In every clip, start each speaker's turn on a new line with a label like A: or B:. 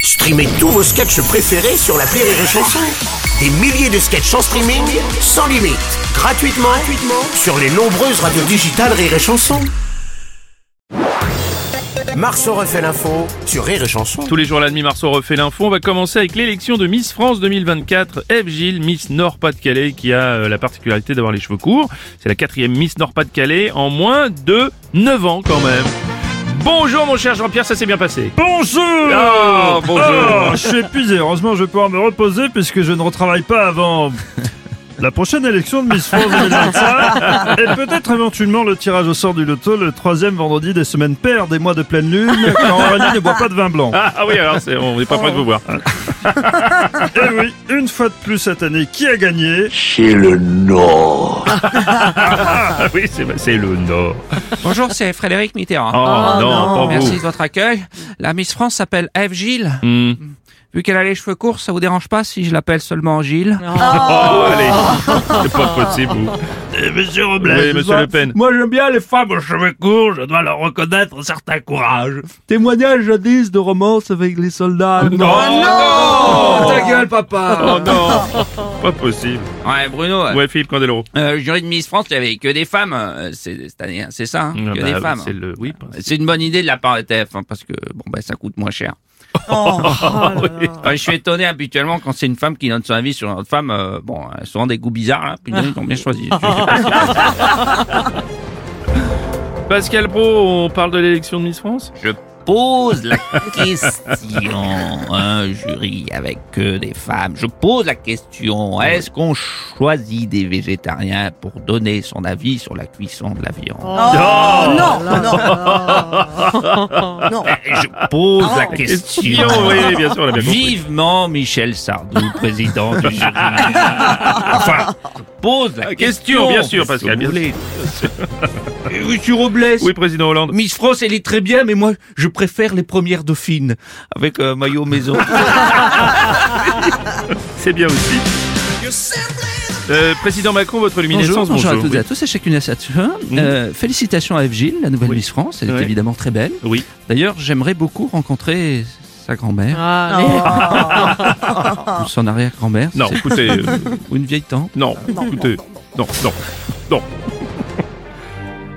A: Streamez tous vos sketchs préférés sur la Rire et Chanson. Des milliers de sketchs en streaming, sans limite, gratuitement, gratuitement sur les nombreuses radios digitales Rire et Chanson. Marceau refait l'info sur Rire et Chanson.
B: Tous les jours à la demi, Marceau refait l'info. On va commencer avec l'élection de Miss France 2024. Eve Gilles, Miss Nord-Pas-de-Calais, qui a euh, la particularité d'avoir les cheveux courts. C'est la quatrième Miss Nord-Pas-de-Calais en moins de 9 ans quand même. Bonjour mon cher Jean-Pierre, ça s'est bien passé.
C: Bonjour
B: Oh, bonjour.
C: Ah, Je suis épuisé, heureusement je vais pouvoir me reposer puisque je ne retravaille pas avant... La prochaine élection de Miss France 2025 et peut-être éventuellement le tirage au sort du loto le troisième vendredi des semaines paires des mois de pleine lune quand Aurélie ne boit pas de vin blanc.
B: Ah, ah oui, alors c'est- on n'est pas prêt de vous voir.
C: Et Eh oui, une fois de plus cette année, qui a gagné
A: Chez le Nord.
B: Ah oui, c'est c'est le Nord.
D: Bonjour, c'est Frédéric Mitterrand.
B: Oh, non, pas
D: Merci
B: vous.
D: de votre accueil. La Miss France s'appelle Eve Gilles.
B: Hmm.
D: Vu qu'elle a les cheveux courts, ça vous dérange pas si je l'appelle seulement Gilles
B: Oh, allez, c'est pas possible. vous.
C: Monsieur
B: Oui, Eh, monsieur Le Pen.
C: Moi j'aime bien les femmes aux cheveux courts, je dois leur reconnaître un certain courage. Témoignage jadis de romance avec les soldats.
B: Oh,
C: Oh,
B: non
D: Ta gueule, papa
B: Oh non Pas possible.
D: Ouais, Bruno, euh,
B: Ouais, Philippe Candeloro.
D: euh, jury de Miss France, il y avait que des femmes euh, c'est- cette année, hein, c'est ça hein,
B: Ah
D: Que
B: bah,
D: des femmes.
B: C'est le... Oui, pas-
D: C'est une bonne idée de la part de TF, hein, parce que bon, bah, ça coûte moins cher. Oh. Ouais, je suis étonné habituellement quand c'est une femme qui donne son avis sur une autre femme. euh, bon, euh, souvent des goûts bizarres, là, puis ils ont bien choisi.
B: Pascal Pro, on parle de l'élection de Miss France
D: Je pose la question, un jury avec que des femmes. Je pose la question, est-ce qu'on choisit des végétariens pour donner son avis sur la cuisson de la viande
B: Oh.
E: non, non, non.
D: Je pose la question.
B: Oh. oui, oui, bien sûr, on l'a bien compris.
D: Vivement Michel Sardou, président du jury. Enfin, je pose la
B: Ah, question,
D: question.
B: bien sûr,
D: parce que
B: Pascal,
D: vous
B: bien
D: voulez. Euh, Monsieur Robles,
B: Oui, président Hollande.
D: Miss France, elle est très bien, mais moi, je préfère les premières dauphines avec un maillot maison.
B: C'est bien aussi. Euh, président Macron, votre luminescence, bonjour. Mm.
D: bonjour à toutes et à tous, à chacune et à chacun. Euh, félicitations à Eve Gilles, la nouvelle
B: Oui.
D: Miss France, elle est
B: Ouais.
D: évidemment très belle.
B: Oui.
D: D'ailleurs, j'aimerais beaucoup rencontrer sa grand-mère ou son arrière-grand-mère,
B: Non,
D: c'est-
B: écoutez, euh,
D: ou une vieille tante.
B: non, écoutez, non, non, non.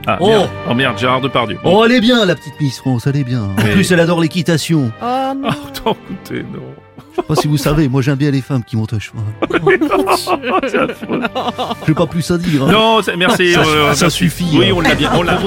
B: Ah,
F: Oh.
B: merde. Oh merde, Gérard Depardieu.
F: Oh, elle est bien, la petite Miss France, elle est bien. En
B: Oui.
F: plus, elle adore l'équitation.
B: Oh, attends, écoutez, non.
F: Je sais pas si vous savez, moi j'aime bien les femmes qui montent à cheval.
B: C'est affreux.
F: J'ai pas plus à dire. hein.
B: Non, c'est- merci.
F: Ça-
B: euh,
F: ça
B: merci.
F: suffit,
B: Oui,
F: hein.
B: on l'a bien, on l'a.